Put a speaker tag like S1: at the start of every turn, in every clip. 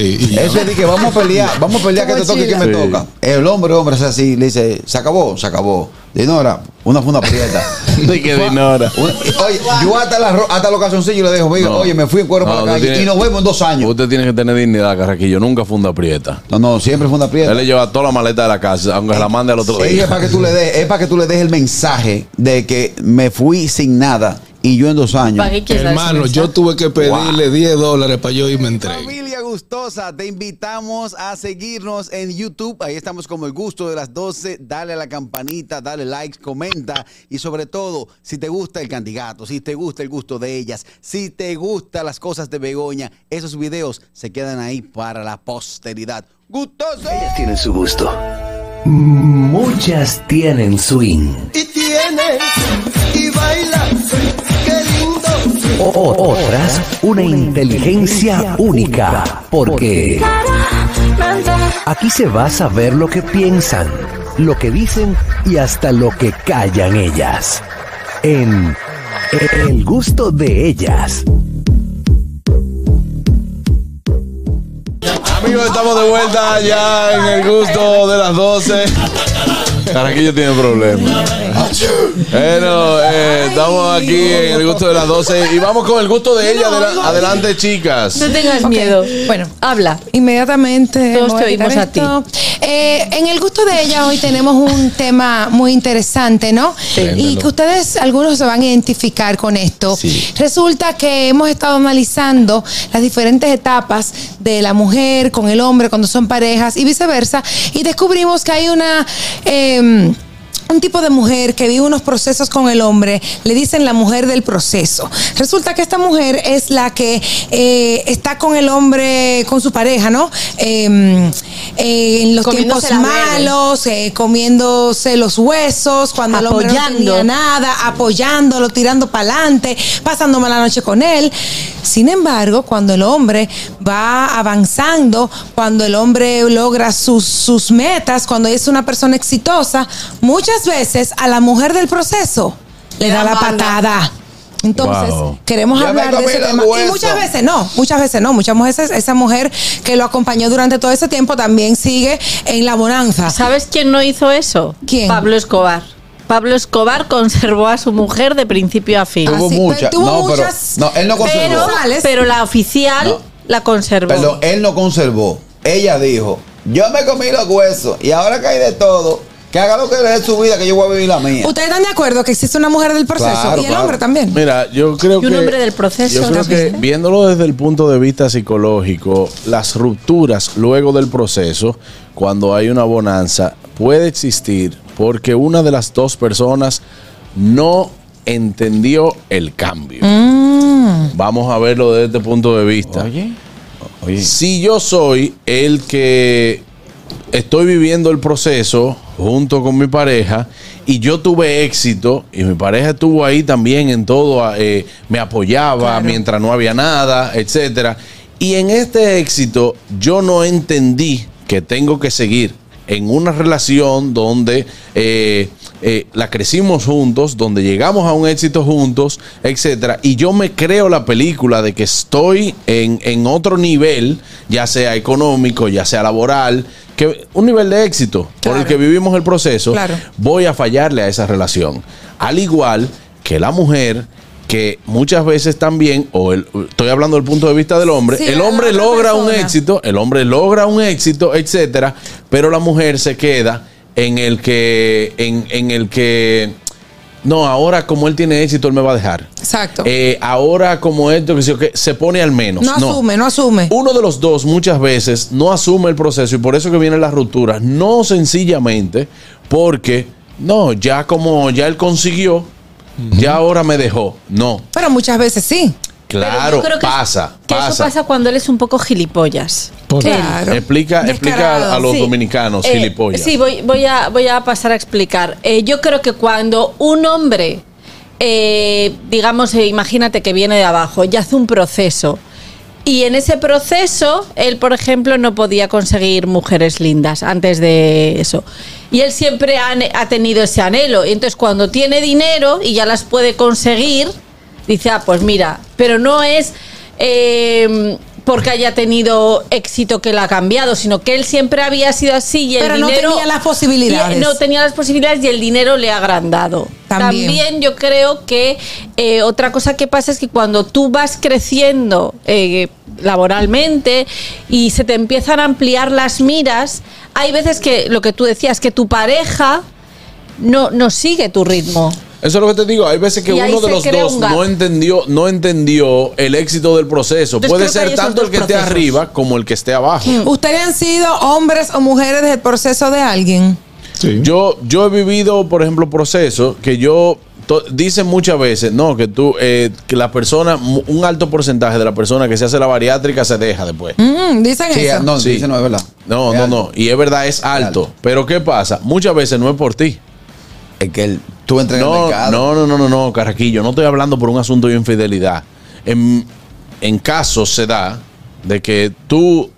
S1: Sí, Eso es de que vamos a pelear, vamos a pelear que te toque y que me
S2: Sí.
S1: toca. El hombre, hombre, es así, le dice, se acabó, se acabó. Dinora, una funda prieta.
S2: De que Dinora.
S1: Una- oye, yo hasta, la ro- hasta los calzoncillos le dejo, oye,
S2: No.
S1: oye, me fui en cuero
S2: No,
S1: para la
S2: tú
S1: calle
S2: tienes-
S1: y nos vemos en dos años.
S2: Usted tiene que tener dignidad, Carraquillo. Nunca funda prieta.
S1: No, no, siempre funda prieta.
S2: Él le lleva toda la maleta de la casa, aunque la mande al otro
S1: Ella es
S2: día.
S1: para que tú le des, es para que tú le des el mensaje de que me fui sin nada y yo en dos años.
S3: ¿Para qué quieres dar ese
S4: Hermano,
S3: mensaje?
S4: yo tuve que pedirle 10 dólares para yo irme a entregar.
S1: Familia gustosa, te invitamos a seguirnos en YouTube. Ahí estamos como el gusto de las 12. Dale a la campanita, dale like, comenta y sobre todo, si te gusta el candidato, si te gusta el gusto de ellas, si te gustan las cosas de Begoña, esos videos se quedan ahí para la posteridad. ¡Gustoso!
S5: Tienen su gusto. Muchas tienen swing.
S6: y tiene y baila, qué lindo.
S5: O- o- otras, una inteligencia única. Porque aquí se va a saber lo que piensan, lo que dicen y hasta lo que callan ellas. En El gusto de ellas.
S2: Amigos, estamos de vuelta ya en el gusto de las 12. Carraquillo tiene problemas. Bueno, eh, estamos aquí en el gusto de las 12 y vamos con el gusto de ella. Adela- Adelante, chicas.
S3: No tengas miedo.
S7: Bueno.
S3: habla.
S7: Inmediatamente.
S3: Todos
S7: voy
S3: te
S7: quitar
S3: oímos a ti.
S7: esto. Eh, en el gusto de ella hoy tenemos un tema muy interesante, ¿no? Y que ustedes, algunos se van a identificar con esto.
S2: Sí.
S7: Resulta que hemos estado analizando las diferentes etapas de la mujer con el hombre cuando son parejas y viceversa. Y descubrimos que hay una... eh, un tipo de mujer que vive unos procesos con el hombre, le dicen la mujer del proceso. Resulta que esta mujer es la que eh, está con el hombre, con su pareja, ¿no? Eh, eh, en los tiempos
S3: Comiéndose la verde.
S7: malos, eh, comiéndose los huesos, cuando el hombre no
S3: Apoyando.
S7: tenía nada, apoyándolo, tirando para adelante, pasándome la noche con él. Sin embargo, cuando el hombre va avanzando, cuando el hombre logra sus, sus metas, cuando es una persona exitosa, muchas veces a la mujer del proceso le
S3: Le
S7: da
S3: da
S7: la
S3: manga.
S7: patada. Entonces,
S2: Wow.
S7: queremos
S1: Ya
S7: hablar
S1: vengo
S7: de ese
S1: mirando
S7: tema. Y
S1: eso.
S7: muchas veces no, muchas veces no. Muchas veces esa mujer que lo acompañó durante todo ese tiempo también sigue en la bonanza.
S3: ¿Sabes quién no hizo eso?
S7: ¿Quién?
S3: Pablo Escobar. Pablo Escobar conservó a su mujer de principio a fin.
S7: Ah,
S1: Tuvo
S7: sí,
S1: mucha-
S7: tuvo
S1: no, pero-
S7: muchas-
S1: no, él no conservó.
S3: Pero,
S7: González.
S3: pero la oficial
S1: No.
S3: la conservó.
S1: Perdón, él no conservó. Ella dijo, yo me comí los huesos y ahora que hay de todo, que haga lo que le dé su vida, que yo voy a vivir la mía.
S7: ¿Ustedes están de acuerdo que existe una mujer del proceso
S1: Claro,
S7: y el
S1: claro.
S7: hombre también?
S2: Mira, yo creo
S3: Y
S2: que.
S3: un hombre del proceso,
S2: Yo creo
S3: ¿también?
S2: que, viéndolo desde el punto de vista psicológico, las rupturas luego del proceso, cuando hay una bonanza, puede existir porque una de las dos personas no entendió el cambio.
S3: Mm.
S2: Vamos a verlo desde este punto de vista. Si yo soy el que estoy viviendo el proceso junto con mi pareja y yo tuve éxito y mi pareja estuvo ahí también en todo, eh, me apoyaba mientras no había nada, etcétera. Y en este éxito yo no entendí que tengo que seguir en una relación donde eh, eh, la crecimos juntos, donde llegamos a un éxito juntos, etcétera. Y yo me creo la película de que estoy en, en otro nivel, ya sea económico, ya sea laboral, que un nivel de éxito por el
S7: Claro.
S2: que vivimos el proceso,
S7: Claro.
S2: voy a fallarle a esa relación. Al igual que la mujer que muchas veces también, o el- estoy hablando del punto de vista del hombre,
S7: Sí,
S2: el
S7: la
S2: hombre
S7: otra
S2: logra un
S7: persona.
S2: éxito éxito, el hombre logra un éxito, etcétera, pero la mujer se queda en el que, en, en el que, no, ahora como él tiene éxito, él me va a dejar.
S7: Exacto.
S2: Eh, ahora como esto, que sé yo qué, se pone al menos.
S7: no asume, no, asume.
S2: Uno de los dos muchas veces no asume el proceso y por eso que vienen las rupturas. No sencillamente porque, no, ya como ya él consiguió, ya ahora me dejó. No,
S7: Pero muchas veces sí.
S3: Pero yo
S2: claro,
S3: creo que-
S2: pasa,
S3: que eso pasa cuando él es un poco gilipollas.
S4: ¿Por qué?
S7: Claro.
S2: Explica,
S7: Descarado.
S2: explica a los
S3: Sí.
S2: dominicanos,
S3: Eh,
S2: gilipollas.
S3: Sí, voy, voy, a, voy a pasar a explicar. Eh, yo creo que cuando un hombre, eh, digamos, eh, imagínate que viene de abajo y hace un proceso. Y en ese proceso, él, por ejemplo, no podía conseguir mujeres lindas antes de eso. Y él siempre ha, ha tenido ese anhelo. Y entonces, cuando tiene dinero y ya las puede conseguir, dice, ah, pues mira, pero no es eh, porque haya tenido éxito que la ha cambiado, sino que él siempre había sido así y el
S7: Pero no
S3: dinero-
S7: tenía las posibilidades.
S3: y- no tenía las posibilidades y el dinero le ha agrandado.
S7: También.
S3: También, yo creo que eh, otra cosa que pasa es que cuando tú vas creciendo eh, laboralmente y se te empiezan a ampliar las miras, hay veces que lo que tú decías, que tu pareja no, no sigue tu ritmo.
S2: Eso es lo que te digo. Hay veces que
S3: Y ahí
S2: uno de
S3: se
S2: los
S3: crea
S2: dos
S3: un gap.
S2: no entendió, no entendió el éxito del proceso.
S3: Entonces,
S2: Puede
S3: creo que hay
S2: ser
S3: esos
S2: tanto el
S3: dos
S2: que esté
S3: procesos.
S2: arriba como el que esté abajo.
S7: Mm. ¿Ustedes han sido hombres o mujeres desde el proceso de alguien?
S4: Sí.
S2: Yo, yo he vivido, por ejemplo, procesos que yo to- dicen muchas veces, no, que tú, eh, que la persona, mu- un alto porcentaje de la persona que se hace la bariátrica se deja después.
S7: Mm, dicen
S1: Sí, ah,
S7: eso.
S1: no,
S2: Sí.
S1: dice no es verdad.
S2: No,
S1: Es
S2: no,
S1: alto.
S2: no. Y es verdad, es alto.
S1: Alto.
S2: Pero ¿qué pasa? Muchas veces no es por ti.
S1: Es que él, tú entras en el
S2: No,
S1: mercado.
S2: no, no, no, no, no, Carraquillo. No estoy hablando por un asunto de infidelidad. En, en casos se da de que tú,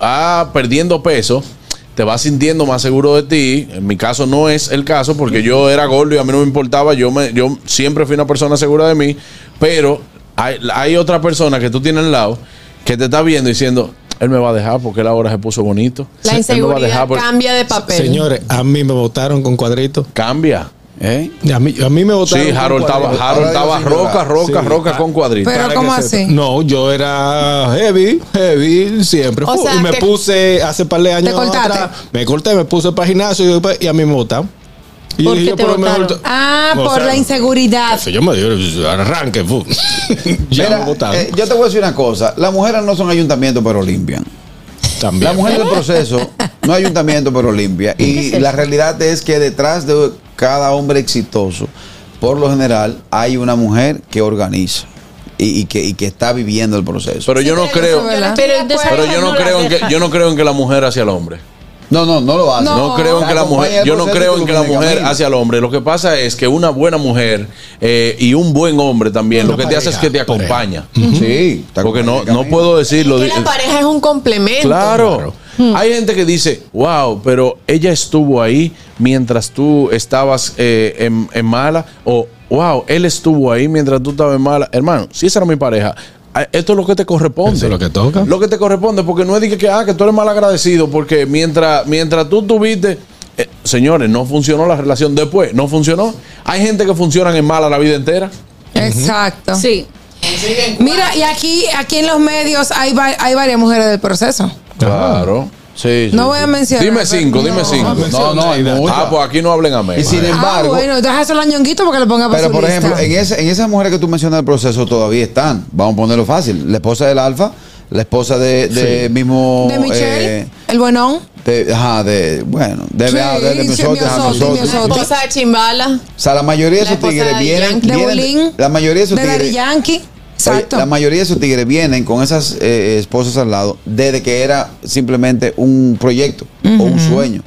S2: ah, perdiendo peso, te vas sintiendo más seguro de ti. En mi caso no es el caso porque yo era gordo y a mí no me importaba. Yo, me, yo siempre fui una persona segura de mí. Pero hay, hay otra persona que tú tienes al lado que te está viendo diciendo, él me va a dejar porque él ahora se puso bonito. Él
S8: La
S2: me va a
S8: inseguridad
S2: dejar porque-".
S8: cambia de papel.
S4: Señores, a mí me votaron con cuadritos.
S2: Cambia.
S1: ¿Eh?
S4: A mí, a mí me votaron.
S2: Sí, Harold estaba, Harold estaba roca, roca,
S4: Sí.
S2: roca con cuadritos.
S7: Pero ¿cómo así?
S4: No, yo era heavy, heavy siempre.
S8: O
S4: Fu-
S8: sea,
S4: y me
S8: que-
S4: puse hace par de años.
S7: cortaste?
S4: atrás, me corté, me puse para gimnasio y, y a mí me votaron. Y
S3: ¿Por qué te
S4: pero me
S3: votaron?
S4: votaron.
S7: Ah,
S4: O
S7: por
S4: sea,
S7: la inseguridad.
S4: Eso, yo me dio arranque. fu. ya
S1: Mira,
S4: me votaron.
S1: eh, yo te voy a decir una cosa. Las mujeres no son ayuntamientos, pero limpian.
S4: también.
S1: La mujer del proceso no hay ayuntamiento, pero limpia. Y la realidad es que detrás de cada hombre exitoso, por lo general, hay una mujer que organiza y, y que, y que está viviendo el proceso.
S2: Pero yo no creo,
S7: ¿verdad?
S3: Pero, de esa
S2: pero
S3: manera
S2: yo no
S3: la
S2: creo en que
S3: deja.
S2: yo no creo en que la mujer hacia el hombre.
S1: no, no, no lo hace.
S2: No, creo en que la
S1: Acompaña
S2: mujer,
S1: el
S2: yo no
S1: proceso
S2: creo
S1: y
S2: en
S1: tú
S2: que la
S1: vienes
S2: mujer
S1: camino.
S2: hacia el hombre. Lo que pasa es que una buena mujer eh, y un buen hombre también, lo que te hace es que te
S4: pareja.
S2: acompaña.
S1: Sí, te
S2: Porque
S1: acompaña
S2: no, no
S1: Mm. camino.
S2: puedo decirlo. eh,
S8: Que la
S2: di-
S8: pareja es un complemento.
S2: Claro.
S7: Hmm.
S2: Hay gente que dice, wow, pero ella estuvo ahí mientras tú estabas eh, en, en mala. O, wow, él estuvo ahí mientras tú estabas en mala. Hermano, si esa era mi pareja, a- esto es lo que te corresponde.
S4: Eso es lo que toca.
S2: Lo que te corresponde, porque no es de que, que, ah, que tú eres mal agradecido, porque mientras, mientras tú tuviste. eh, señores, no funcionó la relación después, no funcionó. Hay gente que funcionan en mala la vida entera.
S7: Exacto.
S3: Sí.
S7: Mira, y aquí, aquí en los medios hay, va- hay varias mujeres del proceso.
S2: Claro. Sí,
S7: No
S2: sí,
S7: voy a
S2: sí.
S7: mencionar,
S2: Dime
S7: pero-
S2: cinco,
S7: no.
S2: dime cinco.
S1: No, no, hay muchas.
S2: Ah, pues aquí no hablen a mí.
S1: Y sin embargo,
S7: ah, bueno, deja eso al ñonguito porque le ponga para
S1: pero
S7: su
S1: por
S7: lista.
S1: ejemplo, en, ese- en esas mujeres que tú mencionas el proceso todavía están. Vamos a ponerlo fácil. La esposa del Alfa, la esposa de, de mismo...
S7: de Michelle,
S1: eh,
S7: el buenón.
S1: de- ajá, de, bueno, de,
S7: Sí,
S1: ah, de, de
S7: sí,
S1: Mesote, ajá,
S7: Mesote,
S1: Mesote.
S8: La
S7: Mesote.
S8: esposa de Chimbala.
S1: O sea, la mayoría de
S8: La
S1: esos
S8: esposa
S1: tigres
S8: de
S1: vienen.
S8: Yankee.
S7: De
S1: vienen-
S7: Bolín.
S1: la mayoría de esos
S7: de Daddy
S1: tigres.
S7: Yankee.
S1: Oye,
S7: Exacto.
S1: La mayoría de esos tigres vienen con esas eh, esposas al lado desde que era simplemente un proyecto o un sueño.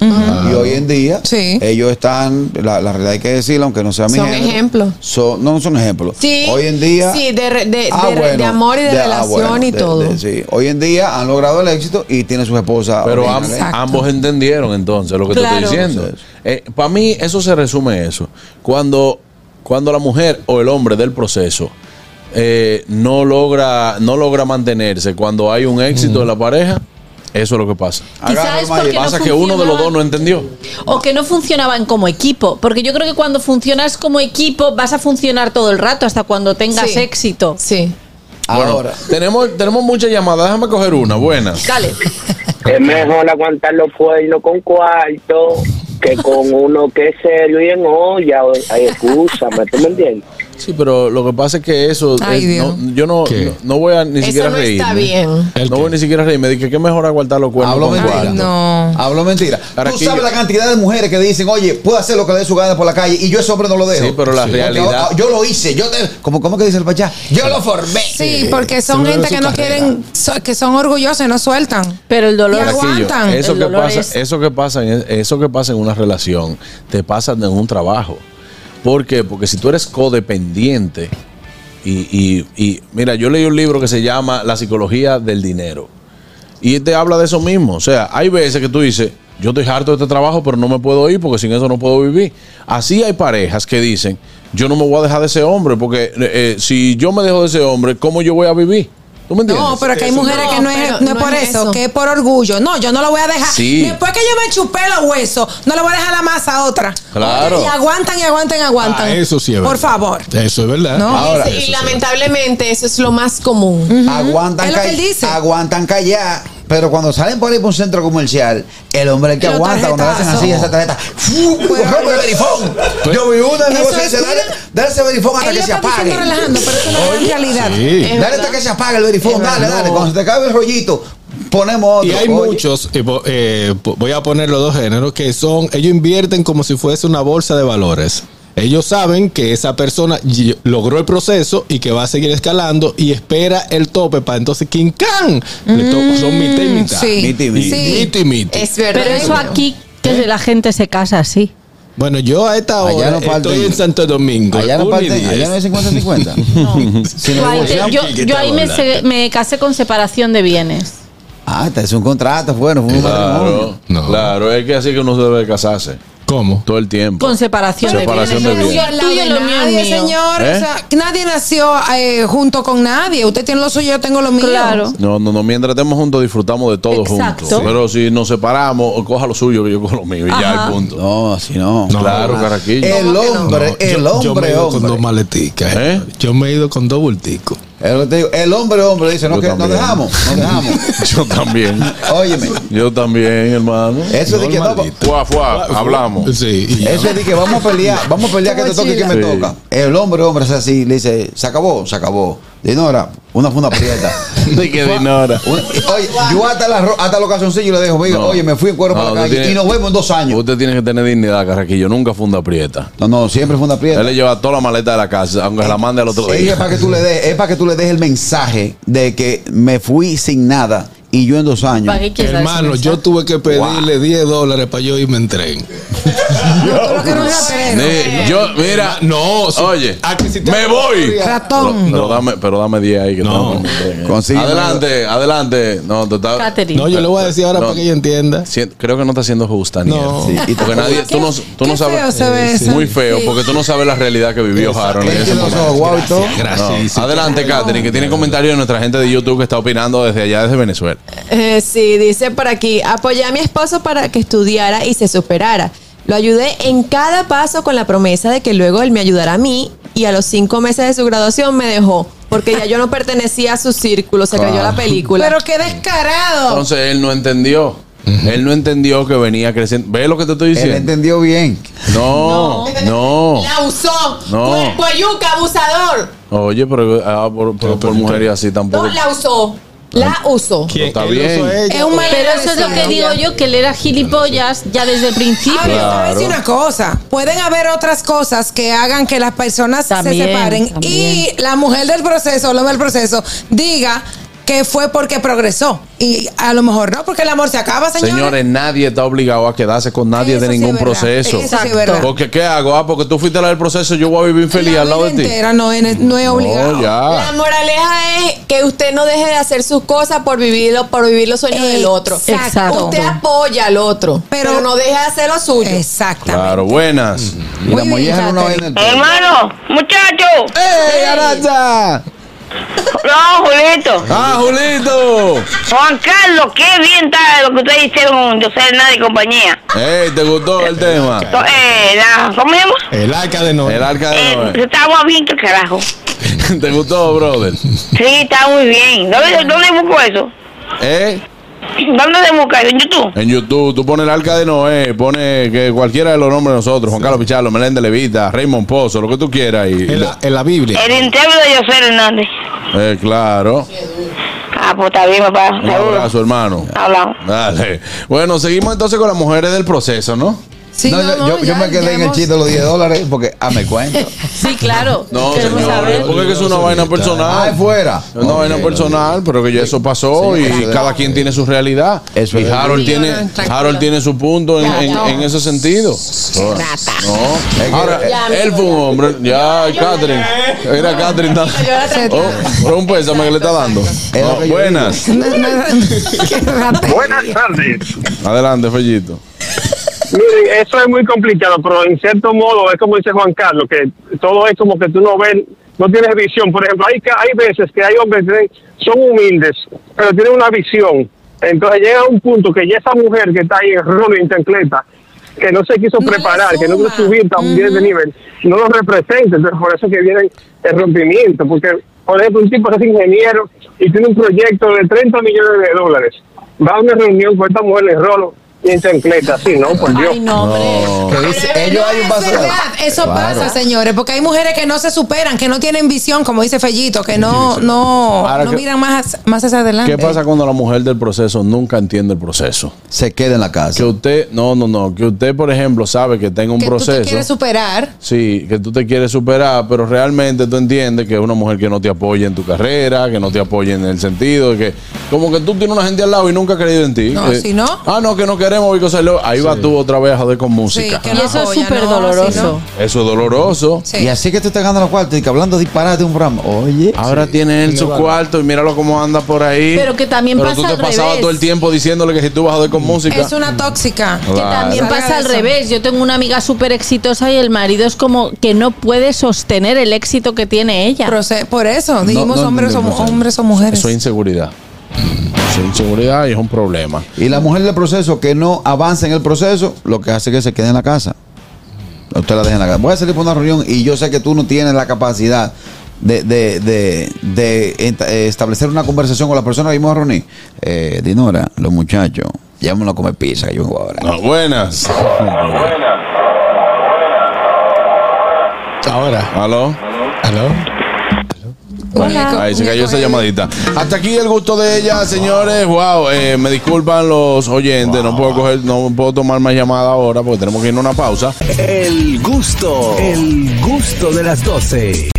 S1: Y hoy en día
S7: Sí.
S1: ellos están, la, la realidad hay que decirlo, aunque no sea mi
S8: Son
S1: género,
S8: ejemplos.
S1: son- no, no son ejemplos.
S8: Sí.
S1: hoy en día...
S8: Sí, de re- de- de re- de amor y de
S1: ah, bueno,
S8: relación y
S1: de-
S8: todo.
S1: de- sí. Hoy en día han logrado el éxito y tienen sus esposas.
S2: Pero am-
S1: originales.
S7: Exacto.
S2: ambos entendieron entonces lo que te
S3: Claro.
S2: estoy diciendo. Para mí eso se resume en eso. Cuando, cuando la mujer o el hombre del proceso eh, no, logra, no logra mantenerse, cuando hay un éxito de la pareja, eso es lo que pasa.
S1: Agarra
S3: Quizás es
S1: el maíz.
S3: porque no
S2: Pasa que uno de los
S3: funcionaba.
S2: dos no entendió.
S3: O que no funcionaban como equipo. Porque yo creo que cuando funcionas como equipo vas a funcionar todo el rato hasta cuando tengas
S8: Sí.
S3: éxito.
S8: Sí.
S2: Bueno,
S1: Ahora.
S2: tenemos, tenemos muchas llamadas, déjame coger una, buena.
S3: Dale.
S9: Es mejor aguantar los cuernos con cuarto que con uno que es serio y en olla. o- Ay, escúchame, ¿tú me entiendes?
S2: Sí, pero lo que pasa es que eso,
S7: Ay,
S2: es-
S7: Dios.
S2: no- yo no,
S4: ¿Qué?
S2: no, no voy a ni siquiera
S8: Eso no
S2: reír.
S8: está bien.
S4: ¿El
S2: No
S4: qué?
S2: voy ni siquiera a reírme. Dije que mejor aguantar los cuernos
S1: Hablo
S2: con
S1: mentira.
S2: cuarto.
S7: No.
S1: Hablo mentira. Tú
S2: Caraquillo.
S1: sabes la cantidad de mujeres que dicen, oye, puedo hacer lo que le dé su gana por la calle y yo ese hombre no lo dejo.
S2: Sí, pero la
S1: Porque
S2: realidad-
S1: ahora- Yo, lo hice, yo te. ¿Cómo, cómo que dice el pachá? Yo lo formé.
S7: Sí, porque son
S4: Se me
S7: gente
S4: ve
S7: que
S4: su
S7: no
S4: carrera.
S7: quieren, so- que son orgullosos y no sueltan.
S3: Pero el dolor.
S7: Y
S2: Caraquillo,
S7: aguantan.
S2: Eso
S3: El
S2: que
S3: dolor
S2: pasa,
S3: es-
S2: eso que pasa, en, e, eso que pasa en una relación, te pasa en un trabajo. ¿Por qué? Porque si tú eres codependiente y, y- y- mira, yo leí un libro que se llama La psicología del dinero y te habla de eso mismo. O sea, hay veces que tú dices, yo estoy harto de este trabajo, pero no me puedo ir porque sin eso no puedo vivir. Así hay parejas que dicen, yo no me voy a dejar de ese hombre porque eh, eh, si yo me dejo de ese hombre, ¿cómo yo voy a vivir? ¿Tú me entiendes?
S7: No, pero que hay
S2: Eso.
S7: mujeres que no es,
S8: pero
S7: no es
S8: no
S7: por
S8: es
S7: eso,
S8: eso.
S7: que es por orgullo. No, yo no lo voy a dejar.
S2: Sí.
S7: Después que yo me chupé los huesos, no le voy a dejar la masa a otra.
S2: Claro.
S7: Oye, y aguantan y aguantan y aguantan.
S4: Ah, eso sí es verdad.
S7: Por favor.
S4: Eso es verdad.
S7: No.
S2: Ahora,
S8: y lamentablemente eso es lo más común.
S1: Aguantan,
S7: Es lo que
S1: ca-
S7: él dice.
S1: aguantan callar. Pero cuando salen por ahí por un centro comercial, el hombre es el que
S7: Los
S1: aguanta, cuando le hacen así
S7: tarjetazos.
S1: esa tarjeta, ¡fu!
S7: Pues,
S1: ¡Cógeme el verifón!
S2: Pues-
S1: Yo vi una en el
S7: Eso
S1: negocio y
S7: es-
S1: dice, dale, dale ese verifón hasta
S7: Él
S1: que
S7: lo
S1: se
S7: está
S1: apague.
S7: diciendo relajando, pero eso no es en realidad.
S4: Sí.
S8: Es
S1: Dale
S8: verdad.
S1: hasta que se apague el verifón,
S8: Es
S1: dale,
S8: verdad.
S1: dale. Cuando se te acabe el rollito, ponemos otro.
S4: Y hay
S1: Oye,
S4: muchos, y po- eh, po- voy a poner los dos géneros, que son, ellos invierten como si fuese una bolsa de valores. Ellos saben que esa persona y- logró el proceso y que va a seguir escalando y espera el tope para entonces King Khan. Le to- son mitad y mitad.
S7: Mm, Sí.
S1: Miti y miti.
S7: Sí.
S4: Miti y miti.
S8: Es verdad.
S3: Pero eso aquí, que la gente se casa así.
S4: Bueno, yo a esta
S1: Allá
S4: hora
S1: no parten-
S4: estoy en Santo Domingo.
S1: Allá no
S4: una y
S1: parten,
S4: diez.
S1: allá no hay 50-50. Si
S3: Yo ahí,
S1: negocian-
S3: te- yo, yo ahí me, se- me casé con separación de bienes.
S1: Ah, te es un contrato, bueno, fue un matrimonio.
S2: Claro,
S4: No.
S2: claro, es que así que uno debe casarse
S4: ¿Cómo?
S2: todo el tiempo.
S3: Con separación de
S2: Separación de
S3: bienes.
S2: bienes.
S3: Lo tuyo, lo mío,
S7: Nadie,
S3: es mío.
S7: señor.
S2: ¿Eh?
S7: O sea, que nadie nació eh, junto con nadie. Usted tiene lo suyo, yo tengo lo mío.
S3: Claro.
S2: No, no, no, mientras estemos juntos disfrutamos de todo
S3: Exacto.
S2: juntos. Pero si nos separamos, coja lo suyo que yo cojo lo mío y ya
S3: Ajá.
S2: el punto.
S1: No, si no. Eh.
S4: No,
S2: claro,
S4: no.
S2: caraquillo.
S1: El hombre,
S4: No,
S1: el
S4: yo, yo me he
S1: hombre,
S4: ido con dos
S1: hombre.
S4: maleticas.
S2: ¿Eh?
S4: Yo me he ido con dos bulticos.
S1: Es lo que te digo, El hombre, hombre, dice, no,
S2: Yo
S1: que, nos
S2: también.
S1: dejamos, nos dejamos.
S2: Yo también.
S1: Óyeme,
S2: Yo también, hermano.
S1: eso de que no,
S4: Normalito.
S2: Fuá, fuá, hablamos.
S4: Sí. y ya.
S1: eso de que vamos a pelear, vamos a pelear que te toque y que me
S2: Sí.
S1: toca. El hombre, hombre, es así, le dice, se acabó, se acabó. Dinora, una funda prieta.
S2: De que Dinora.
S1: Una- oye, yo hasta, la, ro- hasta los calzoncillos le dejo, venga,
S2: No.
S1: oye, me fui en cuero
S2: No,
S1: para la
S2: usted
S1: calle
S2: tiene-
S1: y nos vemos en dos años.
S2: Usted tiene que tener dignidad, Carraquillo. Nunca funda prieta.
S1: No, no, siempre funda prieta.
S2: Él le lleva toda la maleta de la casa, aunque se la mande al otro
S1: Sí,
S2: día.
S1: Es para que tú le des, es para que tú le des el mensaje de que me fui sin nada y yo en dos años.
S3: ¿Para qué quieres dar ese
S4: Hermano, yo
S3: mensaje?
S4: tuve que pedirle 10 dólares para yo irme en tren.
S7: Yo quiero un ratero.
S2: Ni- yo, mira,
S4: Ah, No, si-
S2: Ah. oye,
S4: ah, que si te-
S2: me voy.
S7: Ratón.
S2: Pero dame, pero dame 10 ahí que
S4: No.
S2: tengo.
S1: Consígueme-
S2: Adelante, adelante. No, te está-
S3: Catherine.
S4: No, yo le voy a decir ahora
S2: No.
S4: para que ella entienda.
S2: si- creo que no está siendo justa ni
S4: No.
S2: él.
S1: Sí, y
S2: porque
S1: tampoco-
S2: nadie, tú no, tú no
S7: qué
S2: sabes.
S7: feo se ve eso.
S2: Muy feo, porque tú no sabes la realidad que vivió Harold en
S1: Él
S2: ese
S1: tiene los
S2: momento.
S1: ojos guau y todo.
S2: No.
S4: Gracias. sí,
S2: Adelante, Catherine, que tiene comentarios de nuestra gente de YouTube que está opinando desde allá, desde Venezuela.
S7: Oh.
S8: Eh, sí, dice por aquí, apoyé a mi esposo para que estudiara y se superara. Lo ayudé en cada paso con la promesa de que luego él me ayudará a mí y a los cinco meses de su graduación me dejó porque ya yo no pertenecía a su círculo, se cayó la película.
S7: Pero qué descarado.
S2: Entonces él no entendió. Él no entendió que venía creciendo. ¿Ves lo que te estoy
S1: Él
S2: diciendo?
S1: entendió bien.
S2: No, no.
S8: usó.
S2: No. Cuerpo
S8: yuca, abusador.
S2: Oye, pero ah, por, pero por mujer y así tampoco.
S8: usó. La usó.
S4: ¿Quién-
S2: está
S4: él
S2: bien.
S4: usó ella?
S7: Es un mal
S3: Pero eso es lo que
S7: agradecido.
S3: digo yo, que él era gilipollas ya desde el principio.
S7: Ahora, yo te voy a decir
S2: Claro.
S7: una cosa. Pueden haber otras cosas que hagan que las personas se
S3: También,
S7: separen
S3: también.
S7: y la mujer del proceso, el hombre del proceso, diga que fue porque progresó. Y a lo mejor no, porque el amor se acaba, señores.
S2: Señores, nadie está obligado a quedarse con nadie
S7: Eso
S2: de
S7: sí es
S2: ningún
S7: verdad.
S2: proceso.
S7: Eso sí es verdad.
S2: Porque ¿qué hago? Ah, porque tú fuiste la del proceso, yo voy a vivir
S7: La
S2: feliz al lado de
S7: vida
S2: ti.
S7: entera no es, no es obligado.
S2: No, ya.
S8: La moraleja es que usted no deje de hacer sus cosas por vivirlo, por vivir los sueños del otro.
S7: Exacto.
S8: Usted apoya al otro,
S7: Pero-
S8: pero, no deje de hacer lo suyo.
S7: Exactamente.
S2: Claro, buenas.
S1: Y la
S7: bien,
S1: molleja no
S7: Catherine.
S1: en el
S10: Hermano, muchacho.
S2: ¡Ey, ¡Ah, Aranza!
S10: No, Julito.
S2: ¡Ah, Julito!
S10: Juan Carlos, qué bien está lo que ustedes hicieron con José Hernández y compañía.
S2: ¡Ey, te gustó el tema!
S10: To- eh, la- ¿Cómo se llama?
S4: El arca de Noé.
S2: El arca de
S10: Eh,
S2: Noé.
S10: estaba bien, que carajo.
S2: ¿Te gustó, brother?
S10: Sí, está muy bien. ¿Dónde, dónde busco eso?
S2: ¿Eh?
S10: ¿Dónde se busca eso? ¿En YouTube?
S2: En YouTube, tú pones el arca de Noé, pones que cualquiera de los nombres de nosotros, Juan Carlos Pichardo, Meléndez Levita, Raymond Pozo, lo que tú quieras. Y,
S4: En la, en la Biblia.
S10: El interview de José Hernández.
S2: Eh, claro.
S10: Ah, pues está bien, papá.
S2: Un abrazo, hermano.
S10: Hablamos.
S2: Dale. Bueno, seguimos entonces con las mujeres del proceso, ¿no?
S7: Sí,
S1: No,
S7: no,
S1: yo,
S7: no,
S1: yo- yo
S7: ya-
S1: me quedé
S7: ya
S1: en el
S7: hemos-
S1: chiste de los 10 dólares porque ah, me cuento.
S3: Sí, claro.
S2: No,
S3: Queremos
S2: señores,
S3: saber.
S2: porque es que es una vaina
S1: Ah,
S2: personal.
S1: es fuera.
S2: Es una vaina personal, pero que ya eso pasó
S1: Sí,
S2: y
S1: eso es.
S2: cada quien tiene su realidad.
S1: Eso
S2: y
S1: es.
S2: Harold
S3: Sí,
S2: tiene,
S3: no, tranquilo.
S2: Harold tiene su punto en, en- en ese sentido. No.
S1: Es que-
S2: Ahora,
S1: Ya,
S2: él fue un hombre. Ya, Catherine. Mira, Catherine. está- Oh, fue un pésame que le está dando.
S1: Es lo
S2: Oh,
S1: que yo
S2: buenas.
S7: Qué rata.
S9: Buenas tardes.
S2: Adelante, Fellito.
S11: Miren, eso es muy complicado, pero en cierto modo es como dice Juan Carlos, que todo es como que tú no ves, no tienes visión. Por ejemplo, hay, ca- hay veces que hay hombres que tienen- son humildes, pero tienen una visión. Entonces llega un punto que ya esa mujer que está ahí en rolo y en chancleta, que no se quiso preparar, que no quiso subir también de nivel, no lo representa. Entonces por eso que viene el rompimiento, porque por ejemplo un tipo que es ingeniero y tiene un proyecto de 30 millones de dólares. Va a una reunión con esta mujer en rolo y en chancleta, así, ¿no? Por Dios.
S1: Que dice, ellos hay un
S7: Es
S1: paso.
S7: verdad, eso
S1: Claro.
S7: pasa, señores, porque hay mujeres que no se superan, que no tienen visión, como dice Fellito, que no, no,
S2: Ahora
S7: no
S2: que-
S7: miran más, más hacia adelante.
S2: ¿Qué pasa cuando la mujer del proceso nunca entiende el proceso?
S1: Se queda en la casa.
S2: Que usted, no, no, no, que usted, por ejemplo, sabe que tenga un
S7: que tú te
S2: proceso.
S7: quieres superar.
S2: Sí, que tú te quieres superar, pero realmente tú entiendes que es una mujer que no te apoya en tu carrera, que no te apoya en el sentido de que como que tú tienes una gente al lado y nunca ha creído en ti.
S7: No,
S2: Eh,
S7: si no.
S2: Ah, no, que no queremos y cosas locas. Ahí va tú otra vez a joder con música.
S7: que no
S3: eso es
S7: apoya,
S3: súper
S7: no,
S3: doloroso.
S7: si no.
S2: Eso es doloroso.
S7: Sí.
S1: Y así que tú estás ganando los cuartos y que hablando disparate de un programa. Oye.
S2: Ahora tiene él su cuarto y míralo cómo anda por ahí.
S3: Pero que también
S2: Pero
S3: pasa
S2: tú te
S3: al
S2: pasabas
S3: revés.
S2: todo el tiempo diciéndole que si tú vas a joder con música.
S7: Mm. Es una tóxica.
S3: Que también
S7: Salga
S3: pasa
S7: de
S3: al
S7: eso.
S3: revés. Yo tengo una amiga súper exitosa y el marido es como que no puede sostener el éxito que tiene ella.
S7: Proce- Por eso, dijimos
S2: no
S7: hombres, o,
S2: entendemos eso.
S7: hombres o mujeres.
S2: Eso es inseguridad. Eso es inseguridad y es un problema.
S1: Y la mujer del proceso que no avanza en el proceso, lo que hace es que se quede en la casa. Usted la deja en la casa. Voy a salir por una reunión y yo sé que tú no tienes la capacidad de, de- de- de enta- eh, establecer una conversación con la persona que vimos a reunir. Eh, Dinora, los muchachos, llámenlo a comer pizza que yo vengo ahora.
S2: No, Ah, buenas.
S4: Ahora.
S2: ¿Aló?
S4: ¿Aló?
S7: Hola.
S2: Ahí se cayó esa llamadita. Hasta aquí el gusto de ella, señores. Wow, eh, me disculpan los oyentes, no puedo coger, no puedo tomar más llamada ahora porque tenemos que ir a una pausa.
S5: El gusto. El gusto de las 12.